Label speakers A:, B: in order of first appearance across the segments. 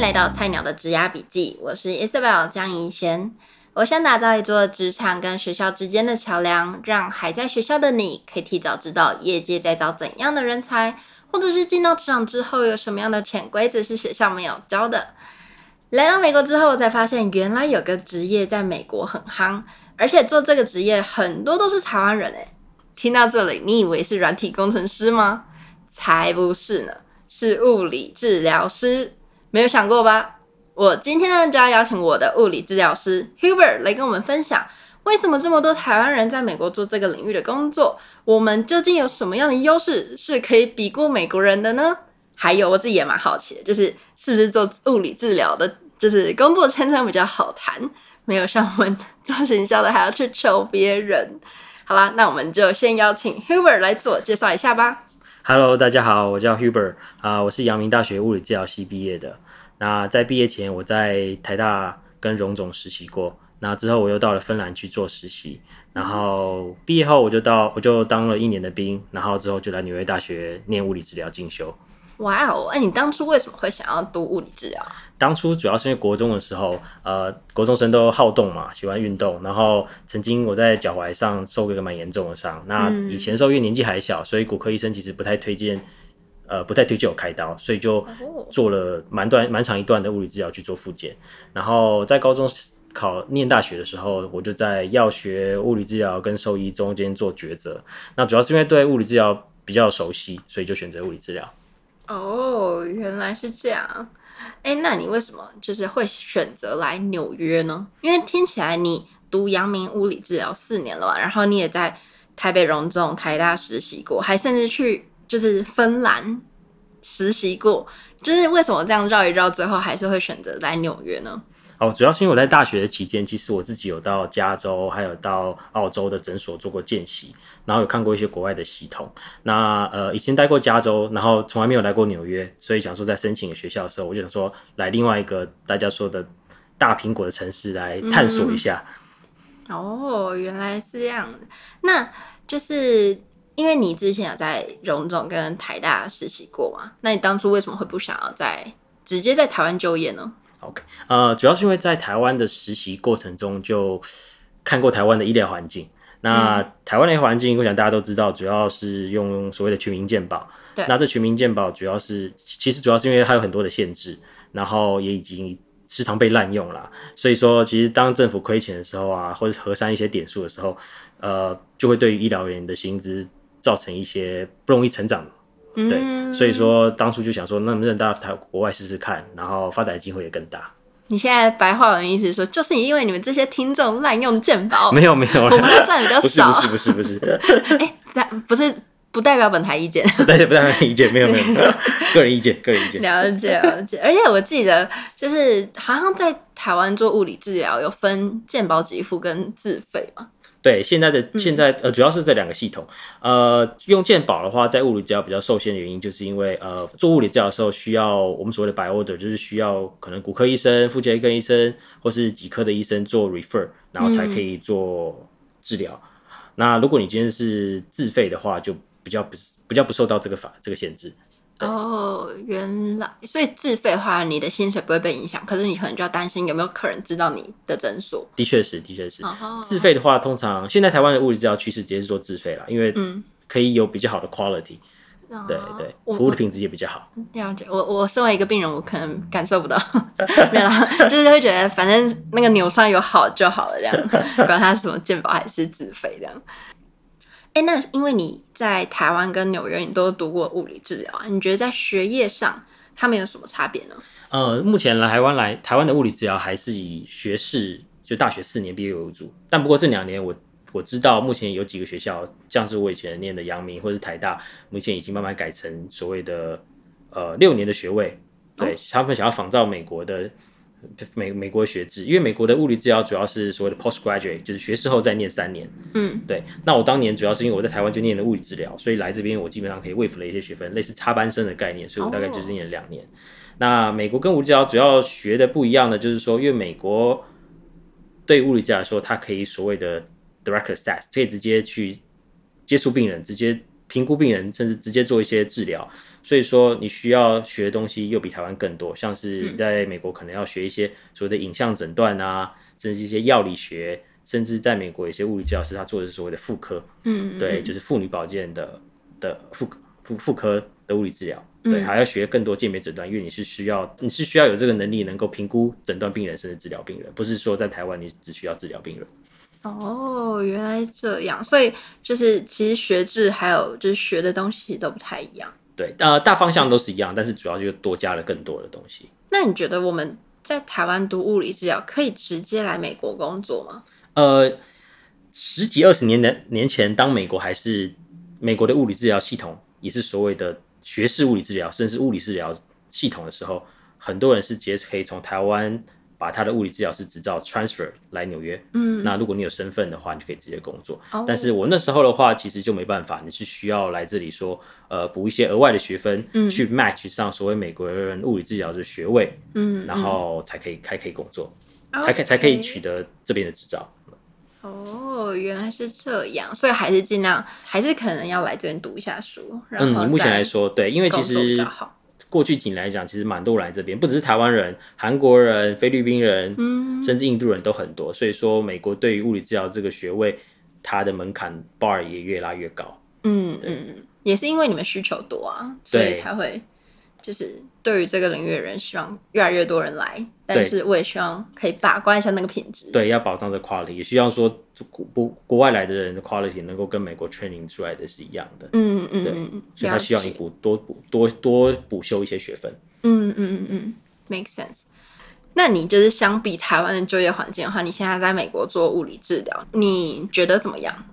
A: 来到菜鸟的职涯笔记，我是 Isabel 江怡贤。我想打造一座职场跟学校之间的桥梁，让还在学校的你可以提早知道业界在找怎样的人才，或者是进到职场之后有什么样的潜规则是学校没有教的。来到美国之后，我才发现原来有个职业在美国很夯，而且做这个职业很多都是台湾人诶。欸听到这里，你以为是软体工程师吗？才不是呢，是物理治疗师。没有想过吧？我今天呢就要邀请我的物理治疗师 Huber 来跟我们分享，为什么这么多台湾人在美国做这个领域的工作？我们究竟有什么样的优势是可以比过美国人的呢？还有我自己也蛮好奇的，就是是不是做物理治疗的，就是工作签证比较好谈，没有像我们做行销的还要去求别人。好啦，那我们就先邀请 Huber 来自我介绍一下吧。
B: Hello，大家好，我叫 Huber 啊、我是阳明大学物理治疗系毕业的。那在毕业前，我在台大跟荣总实习过。那之后，我又到了芬兰去做实习。然后毕业后，我就到我就当了一年的兵，然后之后就来纽约大学念物理治疗进修。
A: 哇哦，哎，你当初为什么会想要读物理治疗？
B: 当初主要是因为国中的时候，呃，国中生都好动嘛，喜欢运动。然后曾经我在脚踝上受过一个蛮严重的伤。那
A: 嗯
B: 以前的时候因为年纪还小，所以骨科医生其实不太推荐，呃，不太推荐我开刀，所以就
A: 哦
B: 做了蛮段蛮长一段的物理治疗去做复健。然后在高中考念大学的时候，我就在药学、物理治疗跟兽医中间做抉择。那主要是因为对物理治疗比较熟悉，所以就选择物理治疗。
A: 哦，原来是这样。哎，那你为什么就是会选择来纽约呢？因为听起来你读阳明物理治疗四年了嘛，然后你也在台北荣总、台大实习过，还甚至去就是芬兰实习过。就是为什么这样绕一绕，最后还是会选择来纽约呢？
B: 哦，主要是因为我在大学的期间，其实我自己有到加州，还有到澳洲的诊所做过见习，然后有看过一些国外的系统。那呃，以前待过加州，然后从来没有来过纽约，所以想说在申请学校的时候，我就想说来另外一个大家说的大苹果的城市来探索一下。
A: 哦，原来是这样的。那就是因为你之前有在荣总跟台大实习过嘛，那你当初为什么会不想要在直接在台湾就业呢？
B: OK，呃，主要是因为在台湾的实习过程中就看过台湾的医疗环境。那、
A: 嗯
B: 台湾的医疗环境，我想大家都知道，主要是用所谓的全民健保。
A: 对
B: 那这全民健保主要是，其其实主要是因为它有很多的限制，然后也已经时常被滥用啦。所以说，其实当政府亏钱的时候啊，或者是核删一些点数的时候，呃，就会对于医疗人员的薪资造成一些不容易成长对，
A: 嗯
B: 所以说当初就想说，能不能到台国外试试看，然后发展机会也更大。
A: 你现在白话文意思是说，就是因为你们这些听众滥用鉴宝，
B: 没有没有
A: 哦我
B: 啦，
A: 们还算比较
B: 不是
A: 少
B: 不。是不是不是，
A: 哎，但不是不代表本台意见，
B: 大家不太意见，没有 没有，没有个人意见个人意见。
A: 了解了解。而且我记得，就是好像在台湾做物理治疗有分鉴宝给付跟自费嘛。
B: 对，现在的
A: 嗯
B: 现在呃，主要是这两个系统。呃，用健保的话，在物理治疗比较受限的原因，就是因为呃，做物理治疗的时候需要我们所谓的 by order，就是需要可能骨科医生、附件科医生或是几科的医生做 refer，然后才可以做治疗。那如果你今天是自费的话，就比较不是比较不受到这个法这个限制。对
A: 哦，原来，所以自费的话，你的薪水不会被影响，可是你可能就要担心有没有客人知道你的诊所。
B: 的确是，的确是。
A: 哦，
B: 自，费的话，通常现在台湾的物理治疗趋势直接是做自费啦，因为
A: 嗯，啊
B: 可以有比较好的 quality，、对对，
A: 我
B: 服务的品质也比较好。
A: 了解，我我身为一个病人，我可能感受不到，没有啦， 就是会觉得反正那个扭伤有好就好了，这 样，管他什么健保还是自费这样。哎、那因为你在台湾跟纽约，你都读过物理治疗啊，你觉得在学业上他们有什么差别呢？
B: 呃，目前来台湾来台湾的物理治疗还是以学士就大学四年毕业为主，但不过这两年我我知道目前有几个学校，像是我以前念的阳明或是台大，目前已经慢慢改成所谓的呃六年的学位，
A: 哦
B: 对、他们想要仿照美国的美美国学制，因为美国的物理治疗主要是所谓的 postgraduate，就是学士后再念三年。
A: 嗯，
B: 对，那我当年主要是因为我在台湾就念了物理治疗，所以来这边我基本上可以 waive 了一些学分，类似插班生的概念，所以我大概
A: 哦
B: 就是念了两年。那美国跟物理治疗主要学的不一样的就是说，因为美国对物理治疗来说，它可以所谓的 direct access，可以直接去接触病人，直接评估病人，甚至直接做一些治疗。所以说，你需要学的东西又比台湾更多，像是
A: 嗯
B: 在美国可能要学一些所谓的影像诊断啊，甚至一些药理学，甚至在美国有些物理治疗师他做的是所谓的妇科，
A: 嗯，
B: 对，
A: 嗯
B: 就是妇女保健的的妇科妇妇科的物理治疗，对，
A: 嗯
B: 还要学更多鉴别诊断，因为你是需要你是需要有这个能力能够评估诊断病人甚至治疗病人，不是说在台湾你只需要治疗病人。
A: 哦，原来是这样，所以就是其实学制还有就是学的东西都不太一样。
B: 对，呃，大方向都是一样，但是主要就多加了更多的东西。
A: 那你觉得我们在台湾读物理治疗可以直接来美国工作吗？
B: 呃，十几二十年的年前，当美国还是美国的物理治疗系统，也是所谓的学士物理治疗，甚至物理治疗系统的时候，很多人是直接可以从台湾把他的物理治疗师执照 transfer 来纽约。
A: 嗯，
B: 那如果你有身份的话，你就可以直接工作。
A: 哦
B: 但是我那时候的话，其实就没办法，你是需要来这里说，呃，补一些额外的学分，
A: 嗯
B: 去 match 上所谓美国人物理治疗的学位，
A: 嗯，
B: 然后才可以才可以工作，
A: 嗯
B: 才可以才可以
A: OK
B: 取得这边的执照。
A: 哦，原来是这样，所以还是尽量，还是可能要来这边读一下书，然后
B: 嗯，目前
A: 再
B: 来说，对，因为其
A: 工作比较
B: 实
A: 好
B: 过去几年来讲，其实蛮多人来这边，不只是台湾人、韩国人、菲律宾人，
A: 嗯
B: 甚至印度人都很多。所以说，美国对于物理治疗这个学位，它的门槛 bar 也越拉越高。
A: 嗯嗯，也是因为你们需求多啊，所
B: 对
A: 以才会就是对于这个领域的人，希望越来越多人来，但
B: 对
A: 是我也希望可以把关一下那个品质。，
B: 对，要保障这 quality，也希望说国国国外来的人的 quality 能够跟美国 training 出来的是一样的。
A: 嗯嗯
B: 对
A: 嗯，
B: 所以
A: 了
B: 他希望你
A: 解
B: 补多补多多补修一些学分。
A: 嗯嗯嗯嗯，make sense。那你就是相比台湾的就业环境的话，你现在在美国做物理治疗，你觉得怎么样？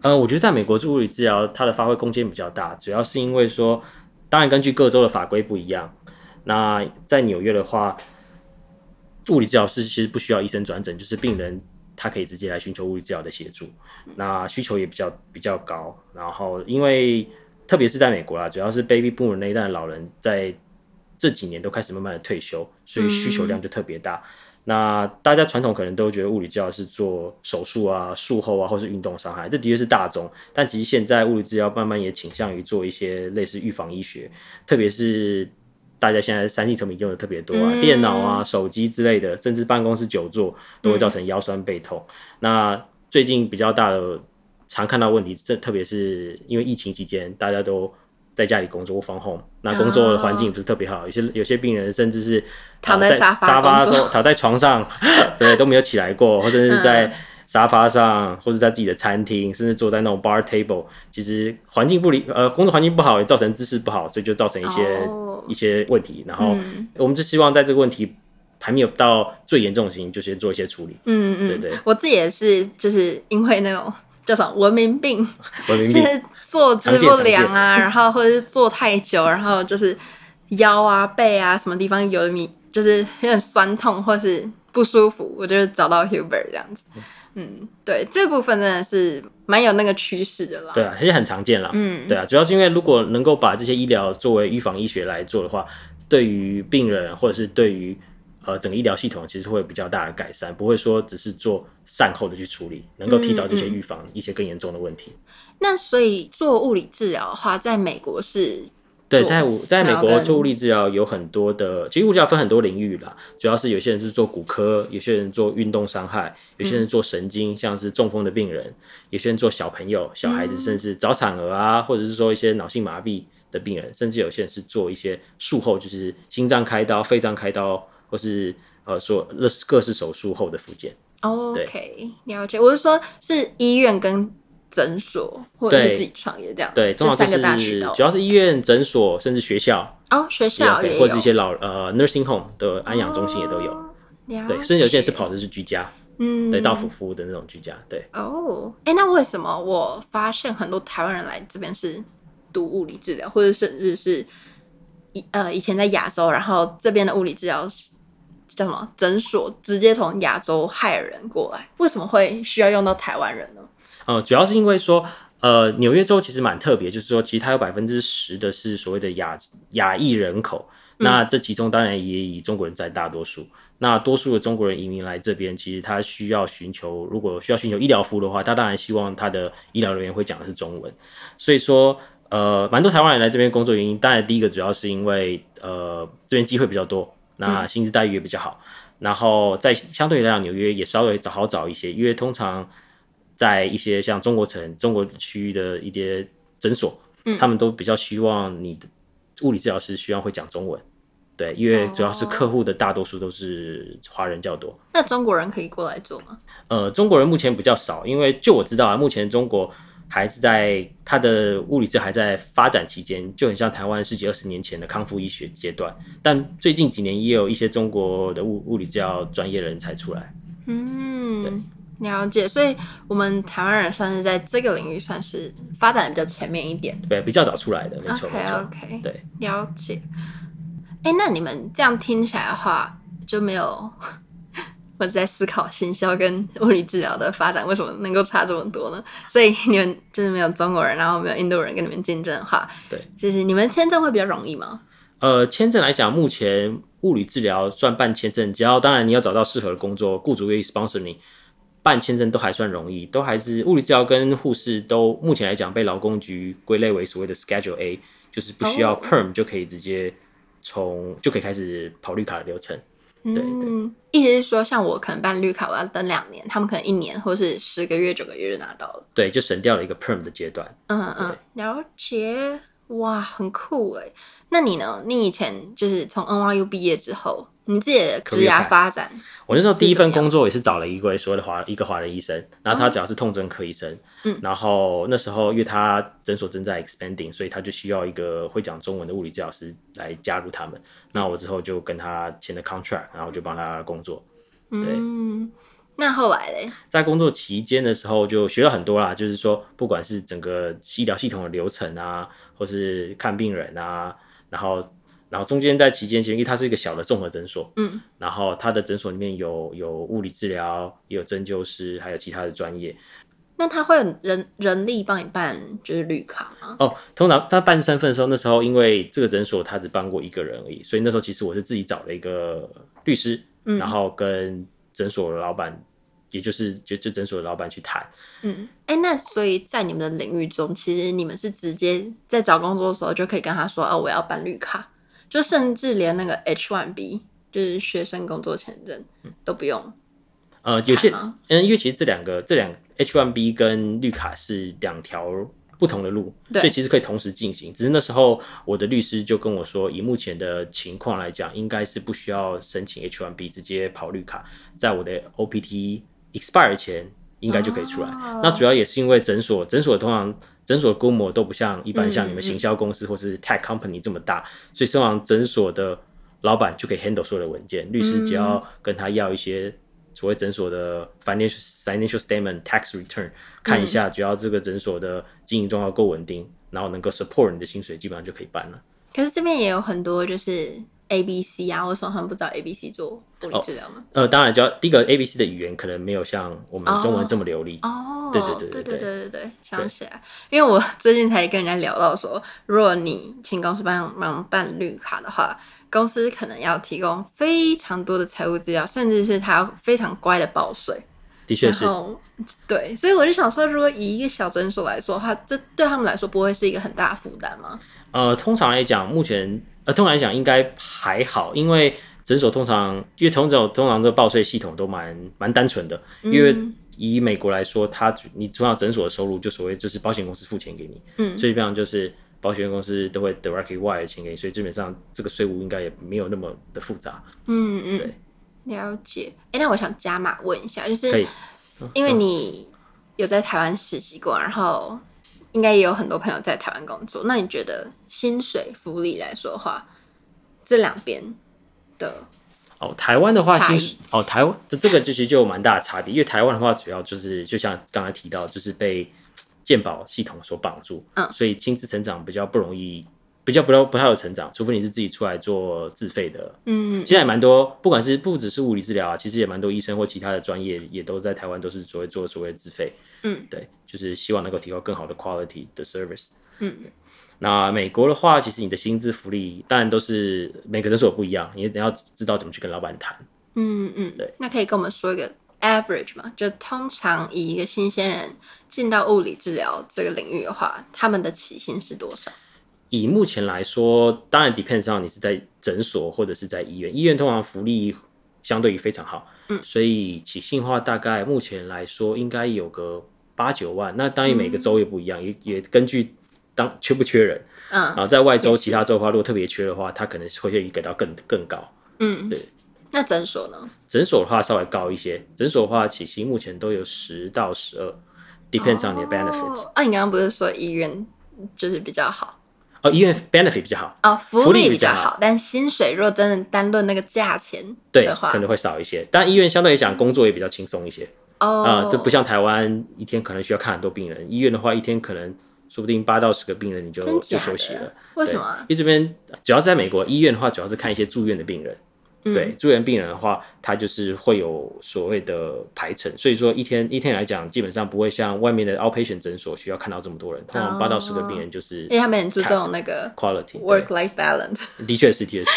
B: 呃，我觉得在美国做物理治疗，它的发挥空间比较大，主要是因为说，当然根据各州的法规不一样。那在纽约的话，物理治疗师其实不需要医生转诊，就是病人他可以直接来寻求物理治疗的协助，那需求也比较比较高。然后因为特别是在美国啦，主要是 baby boom 那一代的老人在这几年都开始慢慢的退休，所以需求量就特别大。那大家传统可能都觉得物理治疗是做手术啊、术后啊，或是运动伤害，这的确是大宗。但其实现在物理治疗慢慢也倾向于做一些类似预防医学，特别是大家现在三 C 产品用的特别多啊，
A: 嗯
B: 电脑啊、手机之类的，甚至办公室久坐都会造成腰酸背痛。那最近比较大的常看到的问题，这特别是因为疫情期间，大家都在家里工作 from home，那工作的环境不是特别好，有些有些病人甚至是
A: 躺在
B: 呃在
A: 沙发
B: 沙发
A: 工作
B: 中躺在床上， 对，都没有起来过，或者是在
A: 嗯
B: 沙发上，或者在自己的餐厅，甚至坐在那种 bar table，其实环境不理，呃，工作环境不好，也造成姿势不好，所以就造成一些、
A: 哦
B: 一些问题。然后
A: 嗯
B: 我们就希望在这个问题还没有到最严重的情形，就先做一些处理。
A: 嗯嗯，
B: 对对
A: 我自己也是，就是因为那种叫什么文明病，
B: 文明
A: 就
B: 病，
A: 是坐姿不良啊，然后或者是坐太久，然后就是腰啊、背啊什么地方有米，就是有点酸痛或是不舒服，我就找到 Huber 这样子。嗯，对，这部分真的是蛮有那个趋势的啦。
B: 对啊，其实很常见啦。
A: 嗯，
B: 对啊，主要是因为如果能够把这些医疗作为预防医学来做的话，对于病人或者是对于呃整个医疗系统，其实会有比较大的改善，不会说只是做善后的去处理，能够提早这些预防一些更严重的问题。
A: 那所以做物理治疗的话，在美国是
B: 对，
A: 做
B: 在我在美
A: 然后
B: 国
A: 跟
B: 做物理治疗有很多的，其实物理治疗分很多领域啦，主要是有些人是做骨科，有些人做运动伤害，有
A: 嗯
B: 些人做神经，像是中风的病人，有些人做小朋友、小孩子，
A: 嗯
B: 甚至早产儿啊，或者是说一些脑性麻痹的病人，甚至有些人是做一些术后，就是心脏开刀、肺脏开刀，或是呃说各式各式手术后的复健。
A: OK 了解。我是说，是医院跟诊所或者是
B: 对
A: 自己创业这样，
B: 对，
A: 这
B: 通常
A: 三
B: 就
A: 个大渠
B: 是
A: 道
B: 主。要是医院、诊所，甚至学校
A: 哦，学
B: 也
A: 校也
B: ，OK，
A: 有，哦
B: 或者是一些老呃 nursing home 的安养中心也都有。
A: 有
B: 对，甚至有些人是跑的是居家，
A: 哦嗯，
B: 对，到府服务的那种居家，对，
A: 哦，哎，那为什么我发现很多台湾人来这边是读物理治疗，或者甚至是以呃以前在亚洲，然后这边的物理治疗是叫什么诊所直接从亚洲害人过来，为什么会需要用到台湾人呢？
B: 呃，主要是因为说，呃，纽约州其实蛮特别，就是说，其实它有百分之十的是所谓的亚亚裔人口，那这其中当然也以中国人占大多数。那多数的中国人移民来这边，其实他需要寻求，如果需要寻求医疗服务的话，他当然希望他的医疗人员会讲的是中文。所以说，呃，蛮多台湾人来这边工作原因，当然第一个主要是因为呃这边机会比较多，那薪资待遇也比较好，然后在相对来讲纽约也稍微找好找一些，因为通常在一些像中国城、中国区域的一些诊所，
A: 嗯
B: 他们都比较希望你的物理治疗师需要会讲中文，对，因为主要是客户的大多数都是华人较多，
A: 那中国人可以过来做吗？
B: 呃，中国人目前比较少，因为就我知道啊，目前中国还是在它的物理治疗还在发展期间，就很像台湾十几二十年前的康复医学阶段。但最近几年也有一些中国的物物理治疗专业人才出来。
A: 嗯，了解。所以我们台湾人算是在这个领域算是发展的比较前面一点。
B: 对，比较早出来的，没错
A: OK 啊
B: 没错。
A: OK，
B: 对，
A: 了解。哎、那你们这样听起来的话，就没有 我在思考行销跟物理治疗的发展为什么能够差这么多呢？所以你们就是没有中国人，然后没有印度人跟你们竞争的话，
B: 对，
A: 就是你们签证会比较容易吗？
B: 呃，签证来讲，目前物理治疗算办签证，只要当然你要找到适合的工作，雇主愿意 sponsor 你，办签证都还算容易，都还是物理治疗跟护士都目前来讲被劳工局归类为所谓的 Schedule A，就是不需要
A: 哦
B: perm 就可以直接从就可以开始跑绿卡的流程。对对
A: 嗯，意思是说，像我可能办绿卡，我要等两年，他们可能一年或是十个月、九个月就拿到了。
B: 对，就省掉了一个 perm 的阶段。
A: 嗯嗯，了解。哇，很酷哎！那你呢？你以前就是从 NYU 毕业之后，你自己的职
B: Career
A: 涯
B: path
A: 发展，
B: 我那时候第
A: 是
B: 一
A: 怎
B: 份
A: 么样
B: 工作也是找了一位所谓的华一个华人医生，然后他主要是痛症科医生，
A: 嗯
B: 然后那时候因为他诊所正在 expanding，所以他就需要一个会讲中文的物理治疗师来加入他们。
A: 嗯
B: 那我之后就跟他签了 contract，然后就帮他工作。
A: 嗯，那后来嘞？
B: 在工作期间的时候，就学了很多啦，就是说，不管是整个医疗系统的流程啊，或是看病人啊，然后，然后中间在期间，其实因为它是一个小的综合诊所，
A: 嗯，
B: 然后它的诊所里面有有物理治疗，也有针灸师，还有其他的专业
A: 那他会有人人力帮你办就是绿卡吗？
B: 哦。通常他办身份的时候，那时候因为这个诊所他只办过一个人而已，所以那时候其实我是自己找了一个律师，
A: 嗯
B: 然后跟诊所的老板，也就是就就诊所的老板去谈。
A: 嗯，哎、那所以在你们的领域中，其实你们是直接在找工作的时候就可以跟他说，哦，我要办绿卡，就甚至连那个 H1B，就是学生工作签证
B: 嗯
A: 都不用。
B: 呃，有些
A: 看吗
B: 嗯，因为其实这两个这两 H1B 跟绿卡是两条不同的路，
A: 对
B: 所以其实可以同时进行。只是那时候我的律师就跟我说，以目前的情况来讲，应该是不需要申请 H1B 直接跑绿卡，在我的 OPT expire 前应该就可以出来。
A: 哦
B: 那主要也是因为诊所，诊所通常诊所规模都不像一般像你
A: 嗯嗯
B: 们行销公司或是 tech company 这么大，所以通常诊所的老板就可以 handle 所有的文件，律师
A: 嗯
B: 只要跟他要一些所谓诊所的 financial financial statement、tax return，看一
A: 嗯
B: 下，只要这个诊所的经营状况够稳定，然后能够 support 你的薪水，基本上就可以办了。
A: 可是这边也有很多就是 A B C 啊，为什么他们不找 A B C 做物理治疗呢？
B: 呃，当然，只要第一个 A B C 的语言可能没有像我们中
A: 哦
B: 文这么流利，
A: 哦，
B: 对对
A: 对对
B: 对对
A: 对对对想起来，因为我最近才跟人家聊到说，如果你请公司帮忙办绿卡的话，公司可能要提供非常多的财务资料，甚至是他要非常乖的报税。
B: 的确
A: 然
B: 是。
A: 后，对，所以我就想说，如果以一个小诊所来说，它这对他们来说不会是一个很大的负担吗？
B: 呃，通常来讲，目前呃，通常来讲应该还好，因为诊所通常因为通常通常这个报税系统都蛮蛮单纯的，因为
A: 嗯
B: 以美国来说，它你通常诊所的收入就所谓就是保险公司付钱给你，
A: 嗯
B: 所以基本上就是保险公司都会 directly wire 钱给你，所以基本上这个税务应该也没有那么的复杂，
A: 嗯嗯
B: 对，
A: 了解。哎、那我想加码问一下，就是
B: 可以。
A: 因为你有在台湾实习过，然后应该也有很多朋友在台湾工作。那你觉得薪水、福利来说的话，这两边的
B: 哦，台湾的话，
A: 差异
B: 薪水哦，台湾这这个其实就有蛮大的差别，因为台湾的话，主要就是就像刚才提到，就是被健保系统所绑住，
A: 嗯
B: 所以薪资成长比较不容易，比较不要不太有成长，除非你是自己出来做自费的。
A: 嗯
B: 现在也蛮多，不管是不只是物理治疗啊，其实也蛮多医生或其他的专业也都在台湾都是所谓做所谓的自费，
A: 嗯
B: 对，就是希望能够提高更好的 quality 的 service。
A: 嗯
B: 那美国的话，其实你的薪资福利当然都是每个诊所不一样，你你要知道怎么去跟老板谈。
A: 嗯嗯，
B: 对
A: 那可以跟我们说一个 average 嘛，就通常以一个新鲜人进到物理治疗这个领域的话，他们的起薪是多少？
B: 以目前来说，当然 depends on 你是在诊所或者是在医院，医院通常福利相对于非常好，
A: 嗯
B: 所以起薪的话大概目前来说应该有个八九万，那当然
A: 嗯
B: 每个州也不一样，也也根据当缺不缺人，然
A: 嗯
B: 后在外州
A: 也是
B: 其他州的话，如果特别缺的话，它可能会给到更更高。
A: 嗯，
B: 对。
A: 那诊所呢？
B: 诊所的话稍微高一些，诊所的话起薪目前都有十到十二，depends on 你的 benefit。
A: 哦。啊，你刚刚不是说医院就是比较好
B: 哦，医院 benefit 比较好，
A: 哦，福
B: 福
A: 利
B: 利比
A: 比较
B: 较好
A: 好，但薪水若真的单论那个价钱
B: 对
A: 的，话
B: 可，能会少一些。但医院相对来讲工作也比较轻松一些
A: 哦，
B: 啊、这不像台湾一天可能需要看很多病人，医院的话一天可能说不定八到十个病人你就
A: 真
B: 就
A: 假
B: 休息了
A: 的。？为
B: 对
A: 什么啊？
B: 因为这边主要是在美国医院的话，主要是看一些住院的病人。
A: 嗯
B: 对，住院病人的话，他就是会有所谓的排程，所以说一天一天来讲，基本上不会像外面的 outpatient 诊所需要看到这么多人，通常八到十个病人就是
A: 哦因为他们很注重那个
B: quality 对。
A: work life balance。
B: 的确是，的确是。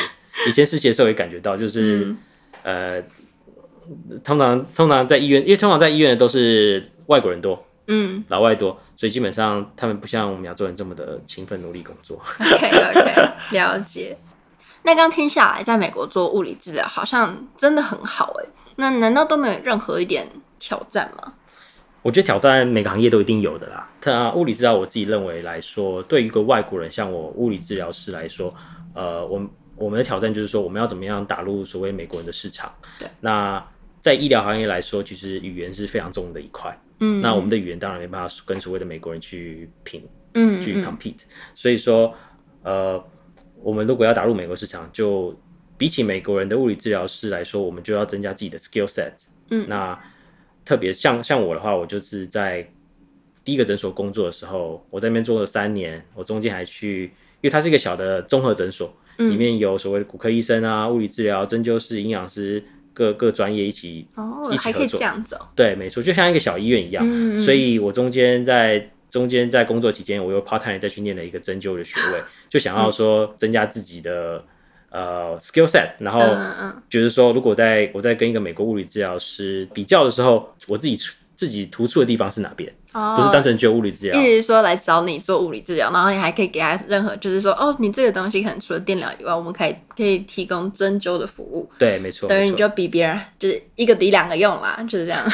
B: 以前实习的时候也感觉到，就是、
A: 嗯
B: 呃，通常通常在医院，因为通常在医院的都是外国人多，
A: 嗯
B: 老外多，所以基本上他们不像我们亚洲人这么的勤奋努力工作。
A: ，OK OK，了解。那刚听下来，在美国做物理治疗好像真的很好哎、那难道都没有任何一点挑战吗？
B: 我觉得挑战每个行业都一定有的啦。那物理治疗，我自己认为来说，对于一个外国人，像我物理治疗师来说，呃，我们我们的挑战就是说，我们要怎么样打入所谓美国人的市场。
A: 对。
B: 那在医疗行业来说，其实语言是非常重的一块。
A: 嗯，
B: 那我们的语言当然没办法跟所谓的美国人去拼
A: 嗯
B: 去
A: 嗯
B: compete，、所以说，呃，我们如果要打入美国市场，就比起美国人的物理治疗师来说，我们就要增加自己的 skill set。
A: 嗯
B: 那特别像像我的话，我就是在第一个诊所工作的时候，我在那边做了三年，我中间还去，因为它是一个小的综合诊所，
A: 嗯
B: 里面有所谓的骨科医生啊、物理治疗、针灸师、营养师各各专业一起
A: 哦
B: 一，起
A: 还可
B: 合
A: 以
B: 作
A: 这。样子哦，
B: 对，没错，就像一个小医院一样。
A: 嗯嗯
B: 所以我中间在中间在工作期间，我又 part time 再去念了一个针灸的学
A: 嗯
B: 位，就想要说增加自己的、呃 skill set，然后
A: 嗯嗯嗯
B: 觉得说，如果在我在跟一个美国物理治疗师比较的时候，我自己出自己突出的地方是哪边，
A: 哦，嗯
B: 不是单纯只有物理治疗。
A: 意思是说来找你做物理治疗，然后你还可以给他任何，就是说哦，你这个东西可能除了电疗以外，我们可以可以提供针灸的服务，
B: 对，没错，
A: 等于
B: 没
A: 你
B: 错，
A: 就比别人就是一个抵两个用啦，就是这 样。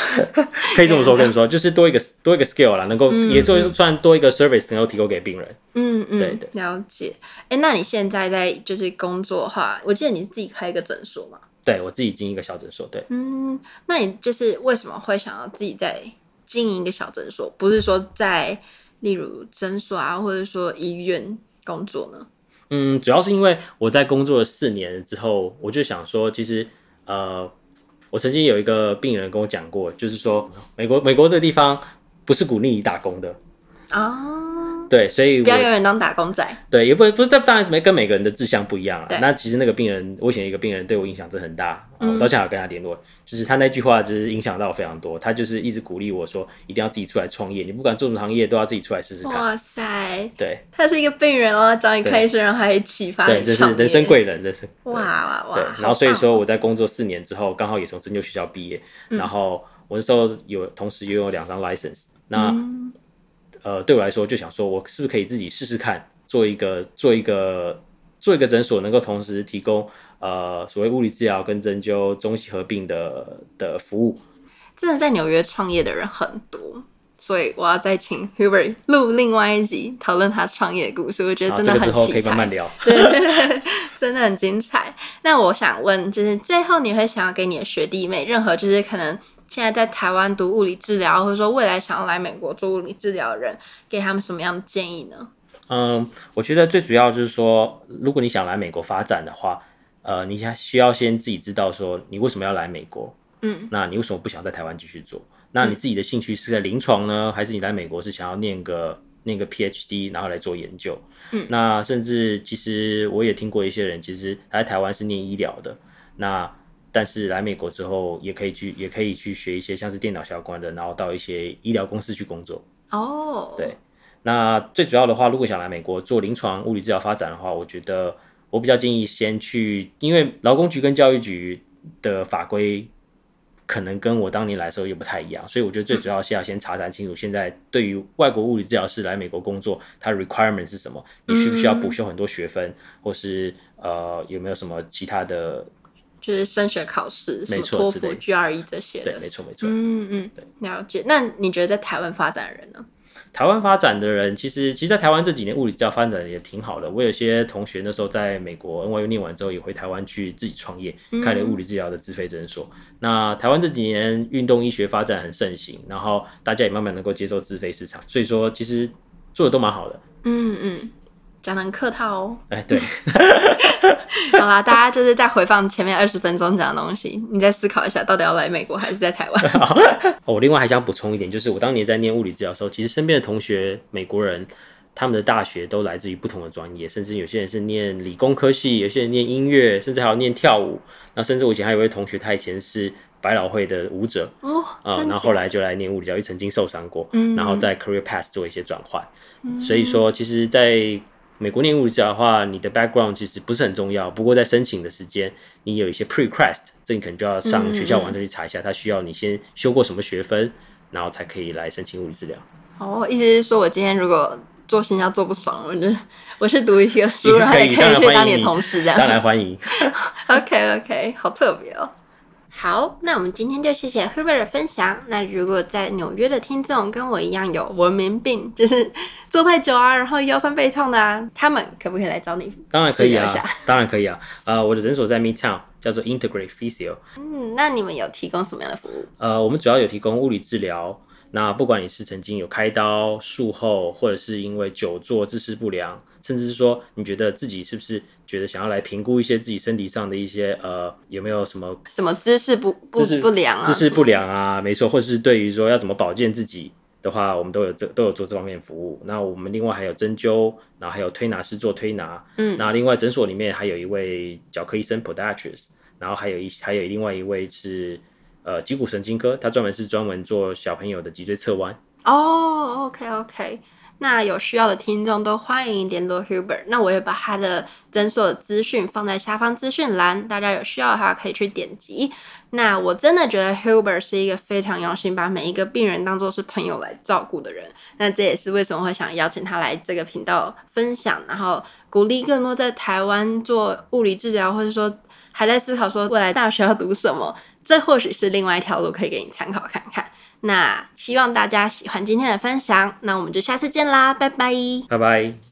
B: 可以这么说，跟你说，就是多一个多一个 skill 啦，能够、
A: 嗯
B: 也就算多一个 service 能够提供给病人。
A: 嗯
B: 对
A: 嗯
B: 对，
A: 了解。哎，那你现在在就是工作的话，我记得你自己开一个诊所嘛？
B: 对我自己经营一个小诊所，对。
A: 嗯，那你就是为什么会想要自己在经营一个小诊所，不是说在例如诊所啊，或者说医院工作呢？
B: 嗯，主要是因为我在工作了四年之后，我就想说，其实呃，我曾经有一个病人跟我讲过，就是说美国美国这个地方不是鼓励你打工的，
A: 啊，
B: 对，所以
A: 不要永
B: 我
A: 远当打工仔。
B: 对也不不是这当然是没跟每个人的志向不一样了
A: 对。
B: 那其实那个病人，我以前有一个病人对我影响真的很大，呃我
A: 嗯
B: 到现在还有跟他联络，就是他那句话就是影响到我非常多，他就是一直鼓励我说，一定要自己出来创业，你不管做什么行业都要自己出来试试看，
A: 哇塞，
B: 对
A: 他是一个病人哦，找你
B: 对
A: 开医生，然后还启发
B: 对，
A: 你
B: 这是
A: 创业，
B: 人生贵人，人生对
A: 哇哇哇！
B: 对，
A: 好
B: 然后所以
A: 棒哦
B: 说我在工作四年之后，刚好也从针灸学校毕业，
A: 嗯
B: 然后我那时候有同时拥有两张 license，那、
A: 嗯
B: 呃对我来说就想说，我是不是可以自己试试看，做一个做一个做一个诊所，能够同时提供呃所谓物理治疗跟针灸中西合并的的服务。
A: 真的在纽约创业的人很多，所以我要再请 Hubert 录另外一集讨论他创业的故事，我觉得
B: 然后
A: 真
B: 啊
A: 的
B: 这个之
A: 很
B: 后
A: 精
B: 可以慢慢
A: 彩。
B: 聊。
A: 对， 真的很精彩。那我想问，就是最后你会想要给你的学弟妹任何，就是可能现在在台湾读物理治疗，或者说未来想要来美国做物理治疗的人，给他们什么样的建议呢？
B: 嗯，我觉得最主要就是说，如果你想来美国发展的话，呃，你先需要先自己知道说你为什么要来美国，
A: 嗯
B: 那你为什么不想在台湾继续做？那你自己的兴趣是在临床
A: 嗯
B: 呢，还是你来美国是想要念个念个 PhD，然后来做研究？
A: 嗯
B: 那甚至其实我也听过一些人，其实来台湾是念医疗的，那但是来美国之后也可以去也可以去学一些像是电脑相关的，然后到一些医疗公司去工作。
A: 哦，
B: 对，那最主要的话，如果想来美国做临床物理治疗发展的话，我觉得我比较建议先去，因为劳工局跟教育局的法规可能跟我当年来的时候又不太一样，所以我觉得最主要是要先查谈清楚，现在对于外国物理治疗师来美国工作，他 requirement 是什么？你需不需要补修很多学分，或是呃有没有什么其他的？
A: 就是升学考试，什
B: 没
A: 么
B: 错
A: 托
B: 之
A: 福、
B: 类的
A: GRE 这些
B: 对，
A: 的。
B: 没错没错。
A: 嗯嗯
B: 对，
A: 了解。那你觉得在台湾发展的人呢？
B: 台湾发展的人，其实其实在台湾这几年物理治疗发展得也挺好的。我有些同学那时候在美国 NYU 念完之后，也回台湾去自己创业，开了物理治疗的自费诊所。那台湾这几年运动医学发展很盛行，然后大家也慢慢能够接受自费市场，所以说其实做的都蛮好的。
A: 嗯嗯，讲的很客套 哦。
B: 哎，对，
A: 好啦，大家就是再回放前面二十分钟讲的东西，你再思考一下，到底要来美国还是在台湾？
B: 哦，我另外还想补充一点，就是我当年在念物理治疗的时候，其实身边的同学美国人，他们的大学都来自于不同的专业，甚至有些人是念理工科系，有些人念音乐，甚至还有念跳舞。那甚至我以前还有一位同学，他以前是百老汇的舞者
A: 哦，
B: 啊、
A: 真
B: 然
A: 假
B: 后后来就来念物理治疗，因为曾经受伤过，
A: 嗯
B: 然后在 career path 做一些转换。所以说，其实在美国念物理治疗的话，你的 background 其实不是很重要，不过在申请的时间，你有一些 prerequest，这你可能就要上学校网站去查一下，它需要你先修过什么学分，然后才可以来申请物理 治疗。
A: 哦，意思是说我今天如果做行销做不爽，我就我去读一个
B: 也
A: 书，
B: 是
A: 然后也
B: 可以
A: 可以
B: 当然
A: 去
B: 欢
A: 当
B: 迎
A: 你的
B: 你
A: 同事这样。
B: 当然欢迎，
A: OK OK，好特别哦。好，那我们今天就谢谢 Hubert 的分享。那如果在纽约的听众跟我一样有文明病，就是坐太久啊，然后腰酸背痛的啊，他们可不可以来找你？
B: 当然可以
A: 治疗一
B: 啊
A: 下，
B: 当然可以啊。呃，我的诊所在 Midtown，叫做 Integrate Physio。
A: 嗯，那你们有提供什么样的服务？
B: 呃，我们主要有提供物理治疗。那不管你是曾经有开刀、术后，或者是因为久坐姿势不良，甚至是说你觉得自己是不是觉得想要来评估一些自己身体上的一些呃有没有什么
A: 什么姿势不不
B: 姿势
A: 不良啊？
B: 姿势不良啊，没错，或是对于说要怎么保健自己的话，我们都有这都有做这方面的服务。那我们另外还有针灸，然后还有推拿师做推拿，
A: 嗯
B: 那另外诊所里面还有一位脚科医生 podiatrist，然后还有一还有另外一位是呃脊骨神经科，他专门是专门做小朋友的脊椎侧弯。
A: 哦、o k OK，那有需要的听众都欢迎联络 Huber。那我也把他的诊所的资讯放在下方资讯栏，大家有需要的话可以去点击。那我真的觉得 Huber 是一个非常用心，把每一个病人当做是朋友来照顾的人。那这也是为什么会想邀请他来这个频道分享，然后鼓励更多在台湾做物理治疗，或者说还在思考说未来大学要读什么，这或许是另外一条路，可以给你参考看看。那希望大家喜欢今天的分享，那我们就下次见啦，拜拜。
B: 拜拜。